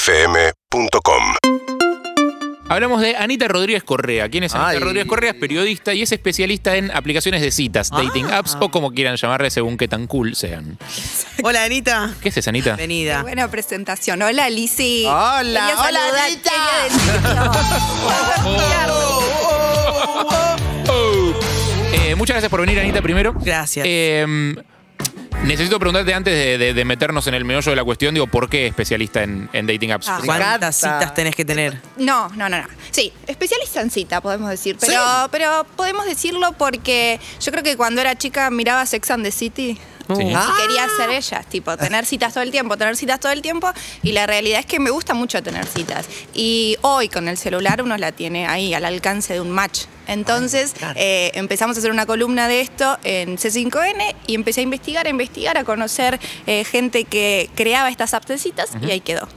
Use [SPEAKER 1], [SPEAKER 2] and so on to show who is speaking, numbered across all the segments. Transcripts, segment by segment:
[SPEAKER 1] UrbanaPlayFM.com
[SPEAKER 2] Hablamos de Anita Rodríguez Correa. ¿Quién es Anita
[SPEAKER 3] Ay.
[SPEAKER 2] Rodríguez Correa? Es periodista y es especialista en aplicaciones de citas, dating apps o como quieran llamarle según qué tan cool sean.
[SPEAKER 3] Hola, Anita.
[SPEAKER 2] ¿Qué haces, Anita?
[SPEAKER 3] Bienvenida.
[SPEAKER 4] Buena presentación. Hola, Lisi.
[SPEAKER 3] Hola,
[SPEAKER 4] Quería
[SPEAKER 3] hola,
[SPEAKER 4] saludar,
[SPEAKER 3] Anita.
[SPEAKER 4] quería decirlo.
[SPEAKER 2] Eh, muchas gracias por venir, Anita, primero.
[SPEAKER 3] Gracias.
[SPEAKER 2] Eh, necesito preguntarte antes de, de- de meternos en el meollo de la cuestión, digo, ¿por qué especialista en, en dating apps?
[SPEAKER 4] Ah.
[SPEAKER 3] ¿Cuántas citas tenés que tener?
[SPEAKER 4] No, no, no, no. Sí, especialista en cita, podemos decir. Pero,
[SPEAKER 3] Sí.
[SPEAKER 4] pero podemos decirlo porque yo creo que cuando era chica miraba Sex and the City.
[SPEAKER 2] Sí.
[SPEAKER 4] Y
[SPEAKER 3] Ah.
[SPEAKER 4] quería ser ellas, tipo, tener citas todo el tiempo, tener citas todo el tiempo. Y la realidad es que me gusta mucho tener citas. Y hoy con el celular uno la tiene ahí, al alcance de un match. Entonces eh, empezamos a hacer una columna de esto en C5N y empecé a investigar, a investigar, a conocer eh, gente que creaba estas apps de citas y ahí quedó.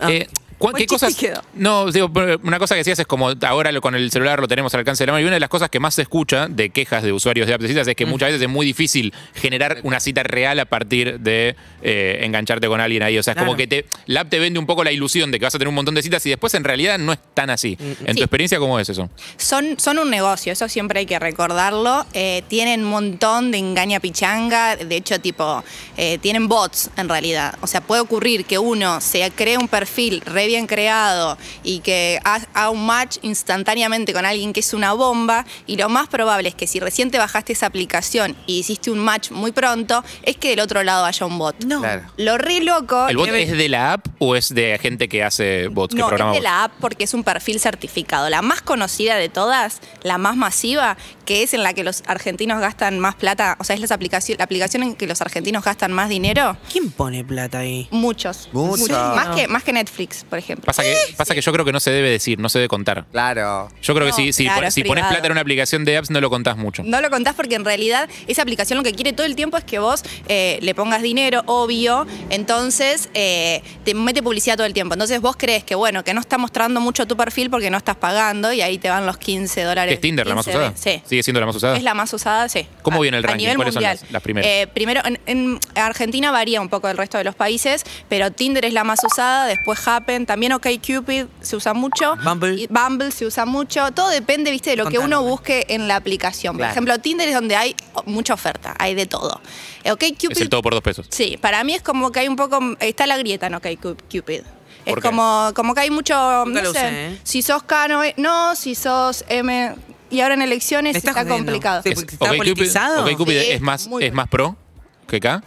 [SPEAKER 4] Ah.
[SPEAKER 2] Eh, ¿cuá-
[SPEAKER 4] Buen
[SPEAKER 2] ¿Qué
[SPEAKER 4] chiste
[SPEAKER 2] cosas?
[SPEAKER 4] quedó.
[SPEAKER 2] No, digo, pero una cosa que decías es como ahora lo- con el celular lo tenemos al alcance de la mano y una de las cosas que más se escucha de quejas de usuarios de apps de citas es que muchas veces es muy difícil generar una cita real a partir de eh, engancharte con alguien ahí. O sea, es como
[SPEAKER 3] Claro.
[SPEAKER 2] que te, la app te vende un poco la ilusión de que vas a tener un montón de citas y después en realidad no es tan así.
[SPEAKER 4] Mm,
[SPEAKER 2] En tu
[SPEAKER 4] Sí.
[SPEAKER 2] experiencia, ¿cómo es eso?
[SPEAKER 4] Son, son un negocio, eso siempre hay que recordarlo. Eh, tienen un montón de engaña pichanga, de hecho, tipo, eh, tienen bots en realidad. O sea, puede ocurrir que uno se cree un perfil re bien creado y que ha- haga un match instantáneamente con alguien que es una bomba. Y lo más probable es que si recién te bajaste esa aplicación y hiciste un match muy pronto, es que del otro lado haya un bot.
[SPEAKER 3] No.
[SPEAKER 5] Claro.
[SPEAKER 4] Lo re loco.
[SPEAKER 2] ¿El bot
[SPEAKER 4] Debe-
[SPEAKER 2] es de la app o es de gente que hace bots, que
[SPEAKER 4] no,
[SPEAKER 2] programa
[SPEAKER 4] es de
[SPEAKER 2] bots?
[SPEAKER 4] la app porque es un perfil certificado. La más conocida de todas, la más masiva, que es en la que los argentinos gastan más plata, o sea, es las aplicaci- la aplicación en que los argentinos gastan más dinero,
[SPEAKER 3] ¿Quién pone plata ahí?
[SPEAKER 4] muchos.
[SPEAKER 5] Muchos.
[SPEAKER 4] Más, que, más que Netflix, por ejemplo.
[SPEAKER 2] Pasa que, pasa que yo creo que no se debe decir, no se debe contar.
[SPEAKER 5] Claro.
[SPEAKER 2] Yo creo que
[SPEAKER 4] No,
[SPEAKER 2] si, si,
[SPEAKER 4] claro,
[SPEAKER 2] pon-
[SPEAKER 4] es
[SPEAKER 2] si pones
[SPEAKER 4] privado.
[SPEAKER 2] plata en una aplicación de apps no lo contás mucho.
[SPEAKER 4] No lo contás porque en realidad esa aplicación lo que quiere todo el tiempo es que vos eh, le pongas dinero, obvio, entonces eh, te mete publicidad todo el tiempo. Entonces vos crees que, bueno, que no está mostrando mucho tu perfil porque no estás pagando y ahí te van los 15 dólares.
[SPEAKER 2] ¿Es Tinder la más
[SPEAKER 4] 15,
[SPEAKER 2] usada?
[SPEAKER 4] Sí.
[SPEAKER 2] ¿Sigue siendo la más usada?
[SPEAKER 4] Es la más usada, sí.
[SPEAKER 2] ¿Cómo
[SPEAKER 4] A-
[SPEAKER 2] viene el
[SPEAKER 4] a
[SPEAKER 2] ranking?
[SPEAKER 4] nivel
[SPEAKER 2] ¿Cuáles son
[SPEAKER 4] mundial.
[SPEAKER 2] las- las primeras?
[SPEAKER 4] Eh, primero, en, en Argentina varía un poco del resto de los países, pero Tinder es la más usada, después Happen, también OkCupid se usa mucho.
[SPEAKER 3] Bumble.
[SPEAKER 4] Y Bumble se usa mucho. Todo depende, viste, de lo que
[SPEAKER 3] Contame.
[SPEAKER 4] uno busque en la aplicación.
[SPEAKER 5] Claro.
[SPEAKER 4] Por ejemplo, Tinder es donde hay oh, mucha oferta, hay de todo. Eh, OkCupid...
[SPEAKER 2] Es el todo por dos pesos.
[SPEAKER 4] Sí, para mí es como que hay un poco... Está la grieta en OkCupid. Es
[SPEAKER 2] ¿Por qué?
[SPEAKER 4] como, como que hay mucho...
[SPEAKER 3] Nunca
[SPEAKER 4] no
[SPEAKER 3] lo
[SPEAKER 4] sé,
[SPEAKER 3] usé, ¿eh?
[SPEAKER 4] Si sos Cano, eh, no, si sos M... Y ahora en elecciones
[SPEAKER 3] Me
[SPEAKER 4] está
[SPEAKER 3] estás jodiendo.
[SPEAKER 4] complicado.
[SPEAKER 3] Sí,
[SPEAKER 2] Es-
[SPEAKER 3] porque está
[SPEAKER 2] OkCupid-
[SPEAKER 3] politizado.
[SPEAKER 2] OkCupid
[SPEAKER 4] Sí,
[SPEAKER 2] es, más,
[SPEAKER 4] muy
[SPEAKER 2] es más pro que acá.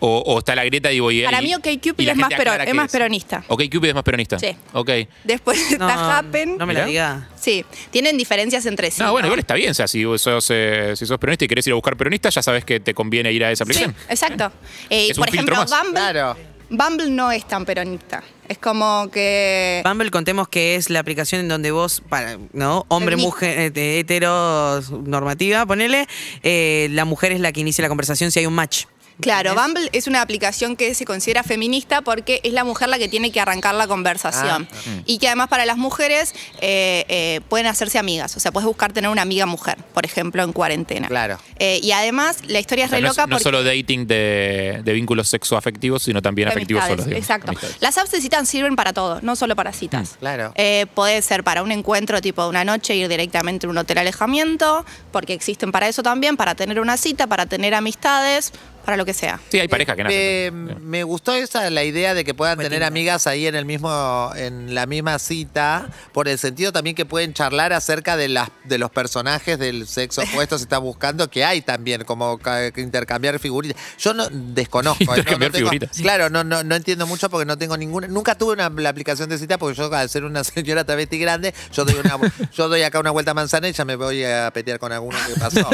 [SPEAKER 2] O, o está la grieta digo, y
[SPEAKER 4] Para
[SPEAKER 2] y-
[SPEAKER 4] mí OkCupid
[SPEAKER 2] y la
[SPEAKER 4] es
[SPEAKER 2] gente
[SPEAKER 4] más pero-
[SPEAKER 2] aclara
[SPEAKER 4] es
[SPEAKER 2] que
[SPEAKER 4] más peronista.
[SPEAKER 2] OkCupid es más peronista.
[SPEAKER 4] Sí.
[SPEAKER 2] Ok.
[SPEAKER 4] Después está Happen.
[SPEAKER 3] no me
[SPEAKER 2] Mirá.
[SPEAKER 3] la digas.
[SPEAKER 4] Sí, tienen diferencias entre sí.
[SPEAKER 2] No, bueno,
[SPEAKER 4] ¿no?
[SPEAKER 2] igual está bien. O sea, si vos sos, eh, si sos peronista y querés ir a buscar peronista, ya sabes que te conviene ir a esa
[SPEAKER 4] Sí,
[SPEAKER 2] aplicación.
[SPEAKER 4] exacto. Eh,
[SPEAKER 2] Es un
[SPEAKER 4] por
[SPEAKER 2] filtro
[SPEAKER 4] ejemplo,
[SPEAKER 2] más.
[SPEAKER 4] Bumble,
[SPEAKER 5] Claro.
[SPEAKER 4] Bumble no es tan peronista. Es como que.
[SPEAKER 3] Bumble, contemos que es la aplicación en donde vos, para, ¿no? Hombre,
[SPEAKER 4] Permite.
[SPEAKER 3] mujer, eh, de- heteros, normativa, ponele, eh, la mujer es la que inicia la conversación si hay un match.
[SPEAKER 4] Claro, Bumble es una aplicación que se considera feminista porque es la mujer la que tiene que arrancar la conversación.
[SPEAKER 5] Ah,
[SPEAKER 4] Y que además para las mujeres eh, eh, pueden hacerse amigas. O sea, puedes buscar tener una amiga mujer, por ejemplo, en cuarentena.
[SPEAKER 5] Claro.
[SPEAKER 4] Eh, y además la historia
[SPEAKER 2] O sea,
[SPEAKER 4] es re
[SPEAKER 2] no es,
[SPEAKER 4] loca
[SPEAKER 2] no
[SPEAKER 4] porque.
[SPEAKER 2] solo dating de, de vínculos sexoafectivos, sino también afectivos
[SPEAKER 4] Amistades,
[SPEAKER 2] solos. digamos.
[SPEAKER 4] Exacto.
[SPEAKER 2] Amistades.
[SPEAKER 4] Las apps de citas sirven para todo, no solo para citas.
[SPEAKER 2] Mm,
[SPEAKER 5] claro.
[SPEAKER 4] Eh, puede ser para un encuentro tipo de una noche, ir directamente a un hotel alejamiento, porque existen para eso también, para tener una cita, para tener amistades, para lo que sea.
[SPEAKER 2] Sí, hay parejas que
[SPEAKER 5] Me,
[SPEAKER 2] nacen.
[SPEAKER 4] eh,
[SPEAKER 2] Bien.
[SPEAKER 5] me gustó esa la idea de que puedan tener amigas ahí en el mismo en la misma cita por el sentido también que pueden charlar acerca de las de los personajes del sexo opuesto se está buscando que hay también como ca- que intercambiar figuritas yo no desconozco eh, no- no
[SPEAKER 2] Intercambiar
[SPEAKER 5] tengo-
[SPEAKER 2] figuritas.
[SPEAKER 5] claro no, no no entiendo mucho porque no tengo ninguna nunca tuve una la aplicación de cita porque yo al ser una señora travesti grande yo doy una yo doy acá una vuelta a manzana y ya me voy a petear con alguno que pasó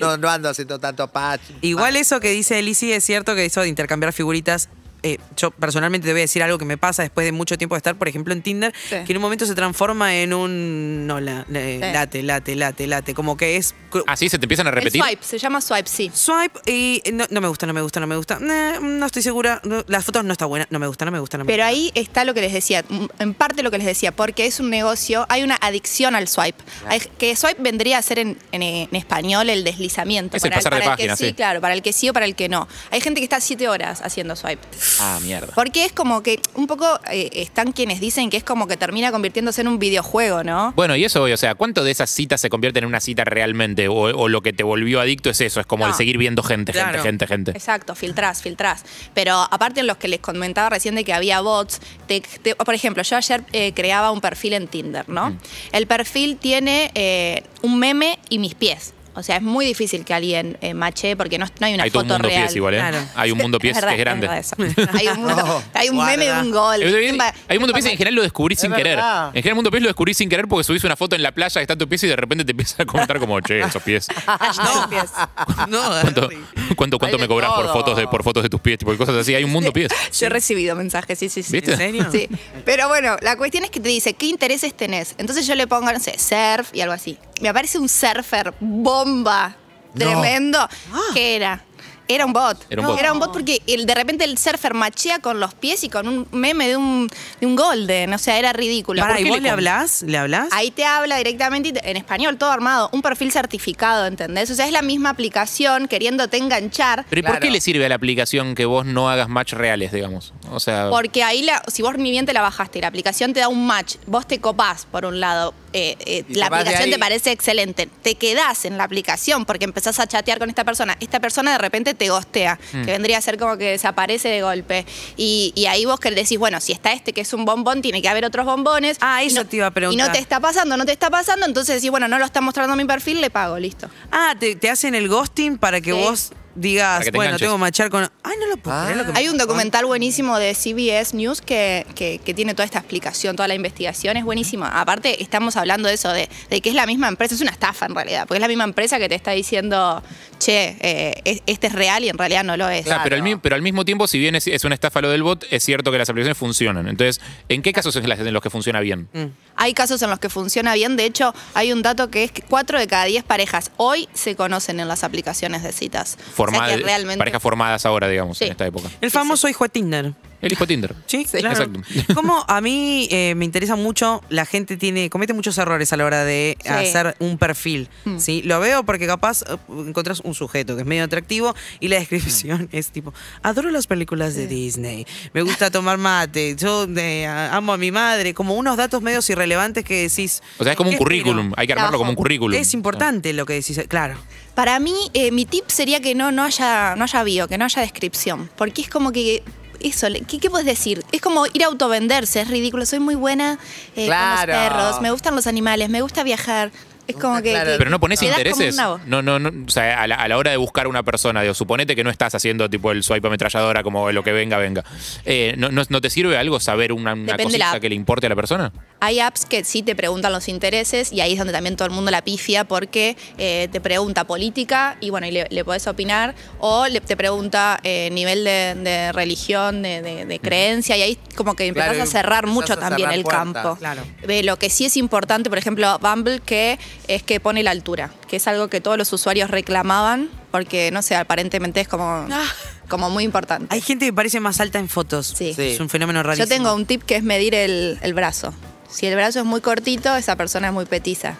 [SPEAKER 5] no, no ando haciendo tanto patch
[SPEAKER 3] Igual
[SPEAKER 4] Ah.
[SPEAKER 3] eso que dice Elisi es cierto que eso de intercambiar figuritas. eh, yo personalmente te voy a decir algo que me pasa después de mucho tiempo de estar, por ejemplo, en Tinder,
[SPEAKER 4] Sí.
[SPEAKER 3] que en un momento se transforma en un no la, eh,
[SPEAKER 4] Sí.
[SPEAKER 3] late, late, late, late. Como que es
[SPEAKER 2] Ah, sí, se te empiezan a repetir.
[SPEAKER 4] El swipe, se llama swipe, sí.
[SPEAKER 3] swipe y no, no me gusta, no me gusta, no me gusta. Nah, no estoy segura. no, las fotos no está buena, no me gusta, no me gusta, no me
[SPEAKER 4] Pero ahí está lo que les decía, m- en parte lo que les decía, porque es un negocio, hay una adicción al swipe. Hay- que swipe vendría a ser en, en- eh, en español el deslizamiento.
[SPEAKER 2] Es el pasar de
[SPEAKER 4] que
[SPEAKER 2] página, sí.
[SPEAKER 4] claro, para el que sí o para el que no. Hay gente que está siete horas haciendo swipe.
[SPEAKER 2] Ah, mierda.
[SPEAKER 4] Porque es como que un poco eh, están quienes dicen que es como que termina convirtiéndose en un videojuego, ¿no?
[SPEAKER 2] Bueno, y eso, voy, o sea, ¿cuánto de esas citas se convierten en una cita realmente? O, o lo que te volvió adicto es eso, es como
[SPEAKER 4] No.
[SPEAKER 2] el seguir viendo gente,
[SPEAKER 3] Claro.
[SPEAKER 2] gente, gente, gente.
[SPEAKER 4] Exacto, filtrás, filtrás. Pero aparte en los que les comentaba recién de que había bots, te- te- por ejemplo, yo ayer eh, creaba un perfil en Tinder, ¿no?
[SPEAKER 2] Mm.
[SPEAKER 4] El perfil tiene eh, un meme y mis pies. O sea, es muy difícil que alguien eh, mache porque no, no hay una
[SPEAKER 2] Hay todo
[SPEAKER 4] foto
[SPEAKER 2] un mundo
[SPEAKER 4] real.
[SPEAKER 2] pies igual, ¿eh?
[SPEAKER 3] Claro.
[SPEAKER 2] Hay un mundo
[SPEAKER 4] Es
[SPEAKER 2] pies
[SPEAKER 4] verdad,
[SPEAKER 2] que es grande.
[SPEAKER 4] verdad eso. hay un, mundo-
[SPEAKER 5] No,
[SPEAKER 4] hay un meme y
[SPEAKER 5] guarda.
[SPEAKER 4] un gol.
[SPEAKER 2] Eh,
[SPEAKER 4] ¿Quién va-
[SPEAKER 2] Hay un mundo
[SPEAKER 4] quién
[SPEAKER 2] pies
[SPEAKER 4] va
[SPEAKER 2] en general lo descubrí
[SPEAKER 5] Es
[SPEAKER 2] sin querer.
[SPEAKER 5] verdad.
[SPEAKER 2] En general el mundo pies lo descubrí sin querer porque subís una foto en la playa que está tu pies y de repente te empiezan a comentar como, che, esos pies.
[SPEAKER 3] Ah,
[SPEAKER 4] a- Hashtag pies.
[SPEAKER 3] No,
[SPEAKER 2] ¿Cuánto,
[SPEAKER 3] Harry.
[SPEAKER 2] cuánto, cuánto
[SPEAKER 5] Hay de
[SPEAKER 2] me cobras por
[SPEAKER 5] todo.
[SPEAKER 2] fotos, de, por fotos de tus pies? Tipo, y cosas así. Hay un mundo pies.
[SPEAKER 4] Yo he recibido mensajes, sí, sí, sí.
[SPEAKER 2] ¿Viste?
[SPEAKER 3] ¿En serio?
[SPEAKER 4] Sí. Pero bueno, la cuestión es que te dice, ¿qué intereses tenés? Entonces yo le pongo, no sé, surf y algo así. Me aparece un surfer bomba,
[SPEAKER 5] No.
[SPEAKER 4] tremendo,
[SPEAKER 3] Ah.
[SPEAKER 4] que era... Era un bot.
[SPEAKER 2] Era un bot.
[SPEAKER 4] porque el- de repente el surfer machea con los pies y con un meme de un, de un golden. O sea, era ridículo.
[SPEAKER 3] Pará,
[SPEAKER 4] ¿Por
[SPEAKER 3] ¿y
[SPEAKER 4] qué
[SPEAKER 3] vos
[SPEAKER 4] le
[SPEAKER 3] le
[SPEAKER 4] con-
[SPEAKER 3] hablás? ¿Le hablás?
[SPEAKER 4] Ahí te habla directamente y te- en español, todo armado. Un perfil certificado, ¿entendés? O sea, es la misma aplicación queriéndote enganchar.
[SPEAKER 2] Pero ¿y por
[SPEAKER 5] Claro.
[SPEAKER 2] qué le sirve a la aplicación que vos no hagas match reales, digamos? O sea,
[SPEAKER 4] Porque ahí, la- si vos ni bien te la bajaste, y la aplicación te da un match, vos te copás por un lado, eh, eh,
[SPEAKER 5] Y
[SPEAKER 4] la
[SPEAKER 5] te vas de
[SPEAKER 4] aplicación te
[SPEAKER 5] ahí.
[SPEAKER 4] parece excelente, te quedás en la aplicación porque empezás a chatear con esta persona, esta persona de repente te gostea,
[SPEAKER 5] Mm.
[SPEAKER 4] que vendría a ser como que desaparece de golpe. Y, y ahí vos que decís, bueno, si está este que es un bombón, tiene que haber otros bombones.
[SPEAKER 3] Ah,
[SPEAKER 4] Y
[SPEAKER 3] eso te iba a preguntar.
[SPEAKER 4] Y no te está pasando, no te está pasando, entonces decís, bueno, no lo está mostrando mi perfil, le pago, listo.
[SPEAKER 3] Ah, te, te hacen el ghosting para que
[SPEAKER 4] Sí.
[SPEAKER 3] vos digas,
[SPEAKER 2] Para que te
[SPEAKER 3] bueno,
[SPEAKER 2] enganches.
[SPEAKER 3] tengo que machar con. Ay, no lo puedo
[SPEAKER 5] Ah.
[SPEAKER 3] creer lo que me
[SPEAKER 4] Hay un
[SPEAKER 3] pasó.
[SPEAKER 4] documental buenísimo de CBS News que, que- que tiene toda esta explicación, toda la investigación, es buenísimo. Aparte, estamos hablando de eso, de, de que es la misma empresa, es una estafa en realidad, porque es la misma empresa que te está diciendo, che, eh, es- este es real y en realidad no lo es.
[SPEAKER 2] Claro, pero, al, mi-
[SPEAKER 5] Claro.
[SPEAKER 2] pero al mismo tiempo, si bien es, es una estafa lo del bot, es cierto que las aplicaciones funcionan. Entonces, ¿en qué casos es las- en los que funciona bien?
[SPEAKER 4] Mm. Hay casos en los que funciona bien, de hecho, hay un dato que es que 4 de cada 10 parejas hoy se conocen en las aplicaciones de citas. O sea que
[SPEAKER 2] Formadas,
[SPEAKER 4] realmente-
[SPEAKER 2] parejas formadas ahora, digamos,
[SPEAKER 4] Sí.
[SPEAKER 2] en esta época.
[SPEAKER 3] El famoso hijo de Tinder.
[SPEAKER 2] El hijo Tinder.
[SPEAKER 3] Sí, claro.
[SPEAKER 2] Exacto.
[SPEAKER 3] Como a mí eh, me interesa mucho, la gente tiene comete muchos errores a la hora de
[SPEAKER 4] Sí. Hmm.
[SPEAKER 3] hacer un perfil. ¿sí? Lo veo porque capaz eh, encontrás un sujeto que es medio atractivo y la descripción
[SPEAKER 4] Hmm.
[SPEAKER 3] es tipo, adoro las películas de Disney, me gusta tomar mate, yo eh, amo a mi madre, como unos datos medios irrelevantes que decís...
[SPEAKER 2] O sea, es como un
[SPEAKER 3] "Espero".
[SPEAKER 2] currículum. Hay que armarlo
[SPEAKER 4] Trabajo.
[SPEAKER 2] como un currículum.
[SPEAKER 3] Es importante lo que decís, eh, claro.
[SPEAKER 4] Para mí, eh, mi tip sería que no, no, haya, no haya bio, que no haya descripción. Porque es como que. Eso, le- ¿qué, ¿qué puedes decir? Es como ir a autovenderse, es ridículo. Soy muy buena eh,
[SPEAKER 5] Claro. Uh,
[SPEAKER 4] con los perros, me gustan los animales, me gusta viajar. Es como que.
[SPEAKER 5] Claro.
[SPEAKER 4] que-
[SPEAKER 2] Pero no pones
[SPEAKER 4] te das como
[SPEAKER 2] intereses.
[SPEAKER 4] un nabo.
[SPEAKER 2] No, no, no. O sea, a la, a la hora de buscar una persona, digo, suponete que no estás haciendo tipo el swipe ametralladora como lo que venga, venga. Eh, ¿no, no, no te sirve algo saber una, una
[SPEAKER 4] Depende
[SPEAKER 2] cosita
[SPEAKER 4] la app.
[SPEAKER 2] que le importe a la persona?
[SPEAKER 4] Hay apps que sí te preguntan los intereses y ahí es donde también todo el mundo la pifia porque eh, te pregunta política y bueno, y le, le podés opinar o le- te pregunta eh, nivel de, de religión, de, de- de creencia y ahí como que empezás
[SPEAKER 5] Claro,
[SPEAKER 4] a cerrar
[SPEAKER 5] empezás
[SPEAKER 4] mucho
[SPEAKER 5] a cerrar
[SPEAKER 4] también el
[SPEAKER 5] puertas.
[SPEAKER 4] campo.
[SPEAKER 3] Claro.
[SPEAKER 4] Eh, lo que sí es importante, por ejemplo, Bumble, que es que pone la altura, que es algo que todos los usuarios reclamaban porque, no sé, aparentemente es como,
[SPEAKER 5] Ah.
[SPEAKER 4] como muy importante.
[SPEAKER 3] Hay gente que parece más alta en fotos.
[SPEAKER 4] Sí.
[SPEAKER 5] Sí.
[SPEAKER 3] Es un fenómeno rarísimo.
[SPEAKER 4] Yo tengo un tip que es medir el, el brazo. Si el brazo es muy cortito, esa persona es muy petiza.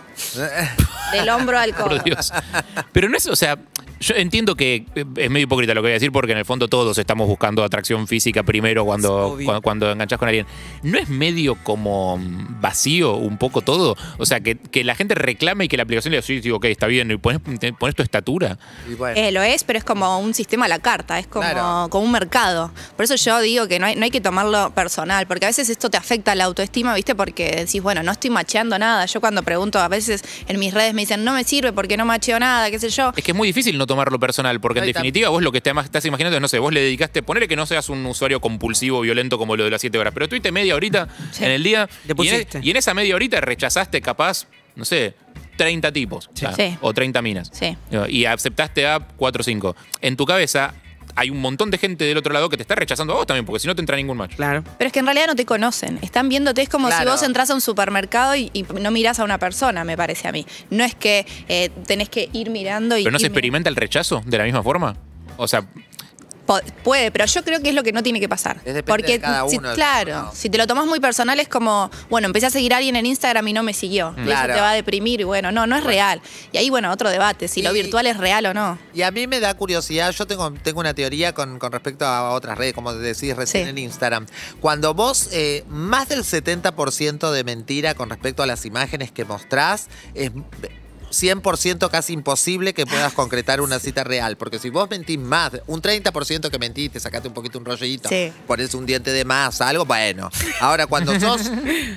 [SPEAKER 4] Del hombro al codo.
[SPEAKER 2] Por Dios. Pero no es, o sea, yo entiendo que eh, es medio hipócrita lo que voy a decir porque en el fondo todos estamos buscando atracción física primero cuando,
[SPEAKER 3] obvio.
[SPEAKER 2] cuando, cuando enganchás con alguien. ¿No es medio como mm, vacío un poco todo? O sea, que, que la gente reclame y que la aplicación le diga, sí, sí, ok, está bien, y pones, te- pones tu estatura.
[SPEAKER 5] Y bueno.
[SPEAKER 4] Eh, lo es, pero es como un sistema a la carta, es como,
[SPEAKER 5] Claro.
[SPEAKER 4] como un mercado. Por eso yo digo que no hay, no hay que tomarlo personal, porque a veces esto te afecta la autoestima, ¿viste? Porque decís, bueno, no estoy macheando nada. Yo cuando pregunto, a veces en mis redes me dicen, no me sirve porque no macheo nada, qué sé yo.
[SPEAKER 2] Es que es muy difícil no tomarlo personal, porque en
[SPEAKER 5] Ay, tam-
[SPEAKER 2] definitiva vos lo que te ama- estás imaginando es, no sé, vos le dedicaste, ponele que no seas un usuario compulsivo, violento como lo de las 7 horas, pero estuviste media horita
[SPEAKER 4] Sí.
[SPEAKER 2] en el día
[SPEAKER 3] Le
[SPEAKER 2] y en,
[SPEAKER 3] pusiste.
[SPEAKER 2] y en esa media horita rechazaste capaz, no sé, 30 tipos o, sea,
[SPEAKER 4] Sí.
[SPEAKER 2] o 30 minas.
[SPEAKER 4] Sí.
[SPEAKER 2] Y aceptaste a 4 o 5. En tu cabeza hay un montón de gente del otro lado que te está rechazando a vos también, porque si no te entra ningún match.
[SPEAKER 3] Claro.
[SPEAKER 4] Pero es que en realidad no te conocen. Están viéndote, es como si
[SPEAKER 5] Claro.
[SPEAKER 4] vos entras a un supermercado y, y no mirás a una persona, me parece a mí. No es que eh, tenés que ir mirando y.
[SPEAKER 2] Pero no
[SPEAKER 4] ir
[SPEAKER 2] se
[SPEAKER 4] mirando.
[SPEAKER 2] experimenta el rechazo de la misma forma. O sea,
[SPEAKER 4] po- puede, pero yo creo que es lo que no tiene que pasar.
[SPEAKER 5] Es depende
[SPEAKER 4] Porque,
[SPEAKER 5] de cada
[SPEAKER 4] si-
[SPEAKER 5] uno,
[SPEAKER 4] claro,
[SPEAKER 5] ¿no?
[SPEAKER 4] si te lo tomás muy personal es como, bueno, empecé a seguir a alguien en Instagram y no me siguió. Y
[SPEAKER 5] Claro.
[SPEAKER 4] eso te va a deprimir y Mm. bueno, no, no es real. Y ahí, bueno, otro debate, si lo
[SPEAKER 5] Y-
[SPEAKER 4] virtual es real o no.
[SPEAKER 5] Y a mí me da curiosidad, yo tengo, tengo una teoría con, con respecto a otras redes, como decís recién
[SPEAKER 4] Sí.
[SPEAKER 5] en Instagram. Cuando vos, eh, más del 70% de mentira con respecto a las imágenes que mostrás, es 100% casi imposible que puedas concretar una cita real. Porque si vos mentís más, un 30% que mentís, te sacaste un poquito un rollito,
[SPEAKER 4] Sí.
[SPEAKER 5] pones un diente de más, algo, bueno. Ahora, cuando sos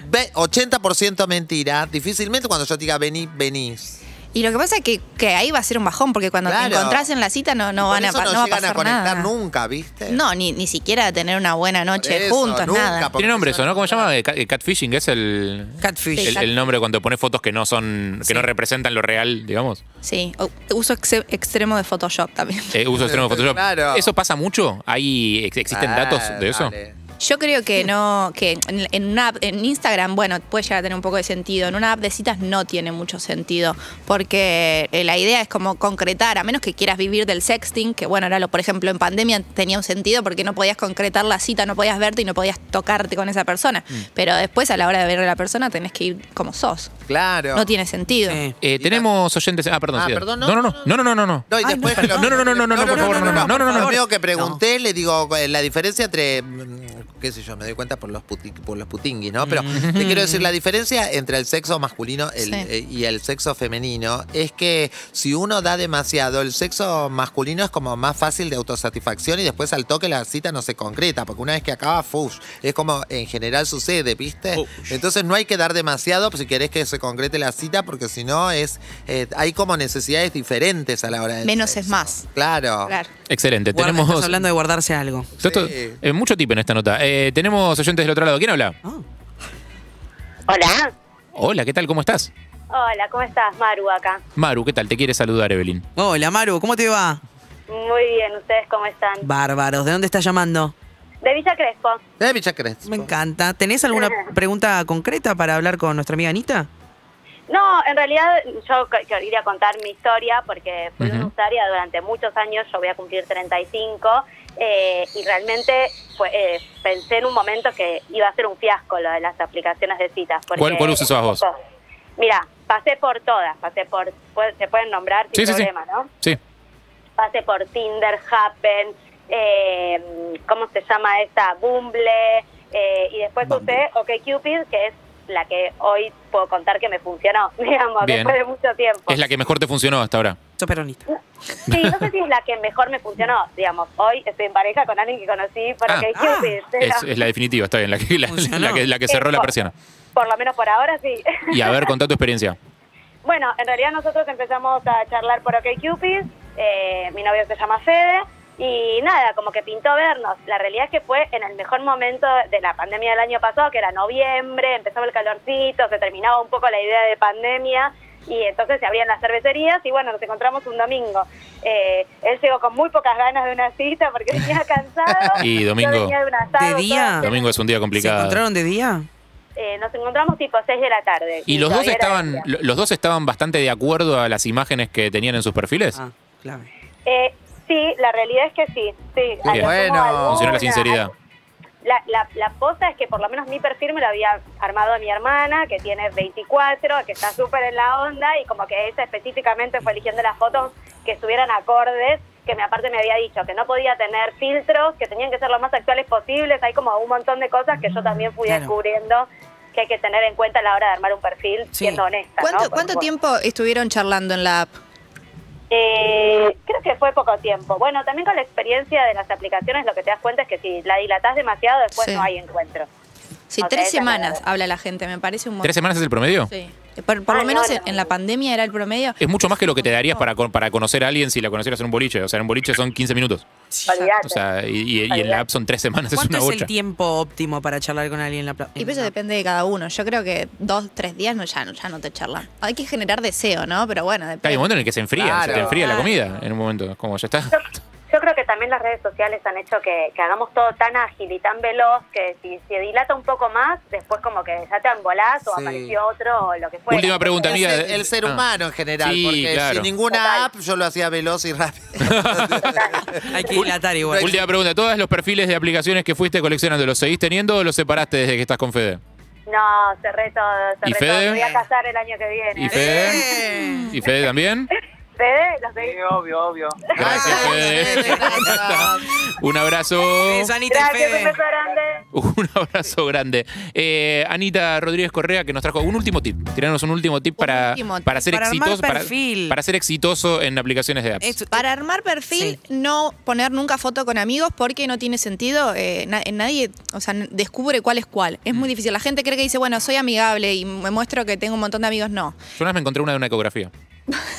[SPEAKER 5] ve- 80% mentira, difícilmente cuando yo te diga vení, venís.
[SPEAKER 4] Y lo que pasa es que, que ahí va a ser un bajón, porque cuando
[SPEAKER 5] Claro.
[SPEAKER 4] te encontrás en la cita no, no
[SPEAKER 5] Por
[SPEAKER 4] van a,
[SPEAKER 5] eso
[SPEAKER 4] pa-
[SPEAKER 5] no,
[SPEAKER 4] no va a
[SPEAKER 5] llegan
[SPEAKER 4] pasar
[SPEAKER 5] a conectar
[SPEAKER 4] nada.
[SPEAKER 5] nunca, ¿viste?
[SPEAKER 4] No, ni, ni siquiera a tener una buena
[SPEAKER 5] Por
[SPEAKER 4] noche
[SPEAKER 5] Eh. eso,
[SPEAKER 4] juntos,
[SPEAKER 5] nunca,
[SPEAKER 4] nada.
[SPEAKER 5] porque
[SPEAKER 2] Tiene nombre
[SPEAKER 5] son-
[SPEAKER 2] eso, ¿no? ¿Cómo se llama? Eh, ca- eh, Catfishing es el,
[SPEAKER 3] Catfish.
[SPEAKER 2] el, el nombre cuando pones fotos que no son, que no representan lo real, digamos.
[SPEAKER 4] Sí, o- uso exe- extremo de Photoshop también.
[SPEAKER 2] Eh, uso extremo de Photoshop.
[SPEAKER 5] Claro.
[SPEAKER 2] ¿Eso pasa mucho? ¿Hay, ex- ¿Existen
[SPEAKER 5] Ah,
[SPEAKER 2] datos de eso?
[SPEAKER 5] dale.
[SPEAKER 4] Yo creo que no, que en, en una app, en Instagram, bueno, puede llegar a tener un poco de sentido. En una app de citas no tiene mucho sentido, porque eh, la idea es como concretar, a menos que quieras vivir del sexting, que bueno, era lo, por ejemplo, en pandemia tenía un sentido porque no podías concretar la cita, no podías verte y no podías tocarte con esa persona.
[SPEAKER 5] Mm.
[SPEAKER 4] Pero después, a la hora de ver a la persona, tenés que ir como sos.
[SPEAKER 5] Claro.
[SPEAKER 4] No tiene sentido.
[SPEAKER 3] Sí.
[SPEAKER 2] Eh, tenemos oyentes. Ah, perdón.
[SPEAKER 5] Ah,
[SPEAKER 2] sí.
[SPEAKER 5] perdón, no,
[SPEAKER 2] no, no, no,
[SPEAKER 5] no,
[SPEAKER 2] no, no, no, no.
[SPEAKER 5] No, y
[SPEAKER 3] Ay,
[SPEAKER 5] después
[SPEAKER 3] no,
[SPEAKER 5] que lo-
[SPEAKER 2] no, no, no, no, no, por favor, no, no, no, no, no,
[SPEAKER 5] Lo
[SPEAKER 2] no.
[SPEAKER 5] primero que pregunté, le digo, eh, la diferencia entre, mm, qué sé yo, me doy cuenta por los, puti- por los putinguis, ¿no? Pero
[SPEAKER 2] Mm.
[SPEAKER 5] te quiero decir, la diferencia entre el sexo masculino el-
[SPEAKER 4] Sí.
[SPEAKER 5] eh, y el sexo femenino es que si uno da demasiado, el sexo masculino es como más fácil de autosatisfacción y después al toque la cita no se concreta, porque una vez que acaba, fush, es como en general sucede, ¿viste? Entonces no hay que dar demasiado pues, si querés que se concrete la cita, porque si no es, eh, hay como necesidades diferentes a la hora de...
[SPEAKER 4] Menos es más.
[SPEAKER 5] Claro.
[SPEAKER 4] Claro.
[SPEAKER 2] Excelente.
[SPEAKER 3] Guarda,
[SPEAKER 2] tenemos.
[SPEAKER 3] estás hablando de guardarse algo.
[SPEAKER 2] Todo esto-
[SPEAKER 5] Sí.
[SPEAKER 2] eh, mucho tipo en esta nota. Eh, tenemos oyentes del otro lado. ¿Quién habla?
[SPEAKER 3] Oh.
[SPEAKER 6] Hola.
[SPEAKER 2] Hola, ¿qué tal? ¿Cómo estás?
[SPEAKER 6] Hola, ¿cómo estás? Maru acá.
[SPEAKER 2] Maru, ¿qué tal? Te quiere saludar, Evelyn.
[SPEAKER 3] Hola, Maru, ¿cómo te va?
[SPEAKER 6] Muy bien, ¿ustedes cómo están?
[SPEAKER 3] Bárbaros, ¿de dónde estás llamando?
[SPEAKER 6] De Villa Crespo.
[SPEAKER 5] De Villa Crespo.
[SPEAKER 3] Me encanta. ¿Tenés alguna pregunta concreta para hablar con nuestra amiga Anita?
[SPEAKER 6] No, en realidad yo c- quería contar mi historia porque fui una
[SPEAKER 2] Ujú.
[SPEAKER 6] usuaria durante muchos años, yo voy a cumplir 35 eh, y realmente fue- eh, pensé en un momento que iba a ser un fiasco lo de las aplicaciones de citas. porque-
[SPEAKER 2] ¿Cuál- cuál usas vos?
[SPEAKER 6] Mira, pasé por todas, pasé por, pu- se pueden nombrar sin
[SPEAKER 2] Sí, sí, sí.
[SPEAKER 6] problema, ¿no?
[SPEAKER 2] Sí.
[SPEAKER 6] pase por Tinder, Happen, eh, ¿cómo se llama esta? Bumble, eh, y después usé OkCupid, que es la que hoy puedo contar que me funcionó, digamos,
[SPEAKER 2] Bien.
[SPEAKER 6] después de mucho tiempo.
[SPEAKER 2] Es la que mejor te funcionó hasta ahora.
[SPEAKER 3] Sos peronista.
[SPEAKER 6] Sí, no sé si es la que mejor me funcionó, digamos, hoy estoy en pareja con alguien que conocí por
[SPEAKER 2] Ah.
[SPEAKER 6] OkCupid.
[SPEAKER 2] Es,
[SPEAKER 6] digamos.
[SPEAKER 2] es la definitiva, está bien. La que, la-
[SPEAKER 3] Funcionó.
[SPEAKER 2] la que- la que cerró la persiana.
[SPEAKER 6] Por lo menos por ahora sí.
[SPEAKER 2] Y a ver, contá tu experiencia.
[SPEAKER 6] Bueno, en realidad nosotros empezamos a charlar por OkCupid, eh, mi novio se llama Fede, y nada, como que pintó vernos. La realidad es que fue en el mejor momento de la pandemia del año pasado, que era noviembre, empezaba el calorcito, se terminaba un poco la idea de pandemia, y entonces se abrían las cervecerías, y bueno, nos encontramos un domingo. Eh, él llegó con muy pocas ganas de una cita porque venía cansado.
[SPEAKER 2] Y
[SPEAKER 6] Yo
[SPEAKER 2] domingo.
[SPEAKER 6] venía de, un asado,
[SPEAKER 3] ¿De día?
[SPEAKER 6] todo.
[SPEAKER 2] Domingo es un día
[SPEAKER 3] ¿Se
[SPEAKER 2] complicado.
[SPEAKER 3] encontraron de día?
[SPEAKER 6] Eh, nos encontramos tipo 6 de la tarde.
[SPEAKER 2] ¿Y los dos
[SPEAKER 6] todavía era de
[SPEAKER 2] estaban
[SPEAKER 6] día.
[SPEAKER 2] lo- los dos estaban bastante de acuerdo a las imágenes que tenían en sus perfiles?
[SPEAKER 3] Ah, clave.
[SPEAKER 6] Eh, sí, la realidad es que sí. sí a lo sumo
[SPEAKER 5] Bueno.
[SPEAKER 6] alguna.
[SPEAKER 2] Funcionó la sinceridad.
[SPEAKER 6] La, la, la posta es que por lo menos mi perfil me lo había armado mi hermana, que tiene 24, que está súper en la onda, y como que ella específicamente fue eligiendo las fotos que estuvieran acordes, que me aparte me había dicho que no podía tener filtros, que tenían que ser lo más actuales posibles, hay como un montón de cosas que yo también fui
[SPEAKER 3] Claro.
[SPEAKER 6] descubriendo que hay que tener en cuenta a la hora de armar un perfil,
[SPEAKER 3] Sí.
[SPEAKER 6] siendo honesta. ¿no?
[SPEAKER 4] ¿Cuánto,
[SPEAKER 6] Por
[SPEAKER 4] cuánto
[SPEAKER 6] supuesto.
[SPEAKER 4] tiempo estuvieron charlando en la app?
[SPEAKER 6] Eh, creo que fue poco tiempo. Bueno, también con la experiencia de las aplicaciones, lo que te das cuenta es que si la dilatás demasiado, después
[SPEAKER 4] Sí.
[SPEAKER 6] no hay encuentro.
[SPEAKER 4] Sí,
[SPEAKER 6] O sea,
[SPEAKER 4] tres
[SPEAKER 6] esa es la
[SPEAKER 4] semanas
[SPEAKER 6] verdad.
[SPEAKER 4] habla la gente, me parece un montón.
[SPEAKER 2] ¿Tres semanas es el promedio?
[SPEAKER 4] Sí. Por, por
[SPEAKER 6] Ah,
[SPEAKER 4] lo
[SPEAKER 6] no,
[SPEAKER 4] menos en,
[SPEAKER 6] no.
[SPEAKER 4] en la pandemia era el promedio.
[SPEAKER 2] Es mucho más que lo que te darías para, con- para conocer a alguien si la conocieras en un boliche. O sea, en un boliche son 15 minutos.
[SPEAKER 6] Olvidate.
[SPEAKER 2] O sea, y, y- y en la app son tres semanas. Es
[SPEAKER 3] ¿Cuánto
[SPEAKER 2] una
[SPEAKER 3] es,
[SPEAKER 2] bocha.
[SPEAKER 3] el tiempo óptimo para charlar con alguien en la plaza?
[SPEAKER 4] Y pues pero eso depende de cada uno. Yo creo que dos, tres días no, ya, no- ya no te charlan. Hay que generar deseo, ¿no? Pero bueno,
[SPEAKER 2] Hay un
[SPEAKER 4] depende.
[SPEAKER 2] momento en el que se enfría, se
[SPEAKER 5] Claro.
[SPEAKER 2] te enfría la
[SPEAKER 4] Claro.
[SPEAKER 2] comida en un momento. Como ya está.
[SPEAKER 6] yo creo que también las redes sociales han hecho que, que hagamos todo tan ágil y tan veloz que si se dilata un poco más, después como que ya te embolás o
[SPEAKER 5] Sí.
[SPEAKER 6] apareció otro o lo que fuera.
[SPEAKER 2] Última pregunta,
[SPEAKER 5] El,
[SPEAKER 2] amiga.
[SPEAKER 5] el ser
[SPEAKER 2] Ah.
[SPEAKER 5] humano en general,
[SPEAKER 2] Sí,
[SPEAKER 5] porque
[SPEAKER 2] claro.
[SPEAKER 5] sin ninguna
[SPEAKER 6] Total.
[SPEAKER 5] app yo lo hacía veloz y rápido.
[SPEAKER 3] Hay que dilatar igual.
[SPEAKER 2] Última pregunta. ¿Todos los perfiles de aplicaciones que fuiste coleccionando los seguís teniendo o los separaste desde que estás con Fede?
[SPEAKER 6] No, cerré todo, cerré
[SPEAKER 2] ¿Y
[SPEAKER 6] todo.
[SPEAKER 2] Fede?
[SPEAKER 6] Me voy a casar el año que viene.
[SPEAKER 2] ¿Y Fede?
[SPEAKER 3] Eh.
[SPEAKER 2] ¿Y Fede también?
[SPEAKER 6] Fede, los de-
[SPEAKER 7] obvio, obvio.
[SPEAKER 2] Gracias,
[SPEAKER 5] Ay,
[SPEAKER 2] Fede.
[SPEAKER 5] Fede, gracias.
[SPEAKER 2] Un abrazo.
[SPEAKER 3] Beso, Anita y
[SPEAKER 6] Gracias, un
[SPEAKER 3] Fede.
[SPEAKER 6] beso grande.
[SPEAKER 2] Un abrazo grande. Eh, Anita Rodríguez Correa, que nos trajo un último tip. Tiranos un último tip para,
[SPEAKER 4] último tip.
[SPEAKER 2] para ser
[SPEAKER 3] Para armar
[SPEAKER 2] exitoso. Para,
[SPEAKER 3] perfil.
[SPEAKER 2] para ser exitoso en aplicaciones de apps.
[SPEAKER 3] Esto-
[SPEAKER 4] Para armar perfil, no poner nunca foto con amigos porque no tiene sentido. eh, na- nadie, o sea, n- descubre cuál es cuál. Es
[SPEAKER 2] Mm.
[SPEAKER 4] muy difícil. La gente cree que dice, bueno, soy amigable y me muestro que tengo un montón de amigos. No.
[SPEAKER 2] Yo una vez me encontré una de una ecografía.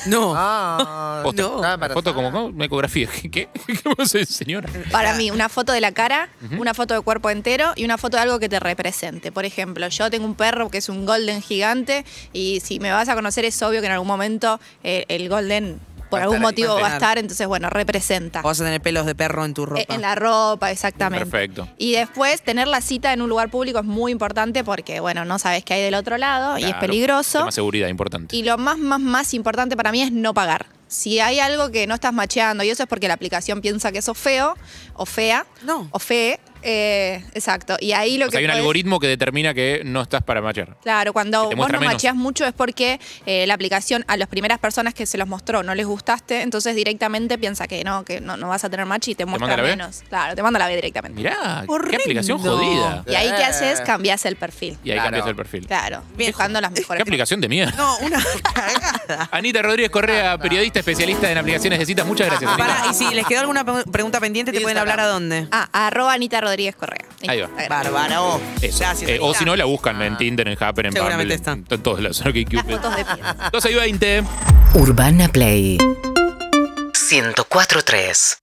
[SPEAKER 3] No.
[SPEAKER 5] Ah,
[SPEAKER 2] Posta.
[SPEAKER 5] no.
[SPEAKER 2] Foto como, ¿cómo? Una ecografía. ¿Qué? ¿Qué? ¿Cómo soy, señora?
[SPEAKER 4] Para mí, una foto de la cara, una foto de cuerpo entero y una foto de algo que te represente. Por ejemplo, yo tengo un perro que es un golden gigante y si me vas a conocer es obvio que en algún momento eh, el golden por
[SPEAKER 5] Va a
[SPEAKER 4] algún
[SPEAKER 5] estar ahí,
[SPEAKER 4] motivo
[SPEAKER 5] va a
[SPEAKER 4] va a
[SPEAKER 3] estar.
[SPEAKER 4] estar. Entonces, bueno, representa. E,
[SPEAKER 3] Vas a tener pelos de perro en tu ropa.
[SPEAKER 4] Eh, En la ropa, exactamente.
[SPEAKER 2] Perfecto.
[SPEAKER 4] Y después tener la cita en un lugar público es muy importante porque, bueno, no sabes qué hay del otro lado y es
[SPEAKER 2] Claro,
[SPEAKER 4] peligroso.
[SPEAKER 2] Tema seguridad, importante.
[SPEAKER 4] Y lo más, más, más importante para mí es no pagar. Si hay algo que no estás macheando y eso es porque la aplicación piensa que eso feo o fea
[SPEAKER 3] No.
[SPEAKER 4] o fe, eh, exacto. Y ahí lo
[SPEAKER 2] O
[SPEAKER 4] que
[SPEAKER 2] sea, hay un
[SPEAKER 4] podés-
[SPEAKER 2] algoritmo que determina que no estás para machar.
[SPEAKER 4] Claro,
[SPEAKER 2] que
[SPEAKER 4] cuando
[SPEAKER 2] te
[SPEAKER 4] vos
[SPEAKER 2] muestra
[SPEAKER 4] no
[SPEAKER 2] menos.
[SPEAKER 4] macheás mucho es porque eh, la aplicación a las primeras personas que se los mostró no les gustaste, entonces directamente piensa que no, que no, no vas a tener match y te muestra
[SPEAKER 2] manda la B?
[SPEAKER 4] menos. Claro, te manda la B directamente.
[SPEAKER 2] Mirá, qué
[SPEAKER 3] Horrendo.
[SPEAKER 2] aplicación jodida.
[SPEAKER 4] Y ahí qué haces,
[SPEAKER 5] Eh.
[SPEAKER 4] cambias el perfil.
[SPEAKER 2] Y ahí
[SPEAKER 5] Claro.
[SPEAKER 2] cambias el perfil.
[SPEAKER 4] Claro,
[SPEAKER 3] Bien.
[SPEAKER 4] buscando las
[SPEAKER 2] Eh, Qué
[SPEAKER 4] mejores.
[SPEAKER 2] aplicación de mierda.
[SPEAKER 3] No, una cagada.
[SPEAKER 2] Anita Rodríguez Correa, periodista especialista en aplicaciones de citas. Muchas gracias, Anita.
[SPEAKER 3] Ah, Pará, y si les quedó alguna pe- pregunta pendiente, ¿te pueden hablar
[SPEAKER 5] Instagram.
[SPEAKER 3] a dónde?
[SPEAKER 4] Ah, arroba Anita Rodríguez Correa.
[SPEAKER 2] Ahí va.
[SPEAKER 4] Instagram.
[SPEAKER 3] Bárbaro.
[SPEAKER 2] Eso.
[SPEAKER 3] Gracias.
[SPEAKER 2] Eh, o
[SPEAKER 3] Anita. Ah.
[SPEAKER 2] si no, la buscan en Tinder, en Happen, en Bumble,
[SPEAKER 3] Seguramente está.
[SPEAKER 2] en- en todos lados. en OkCupid.
[SPEAKER 4] Las fotos de pies.
[SPEAKER 2] 12 y 20.
[SPEAKER 8] Urbana Play 104.3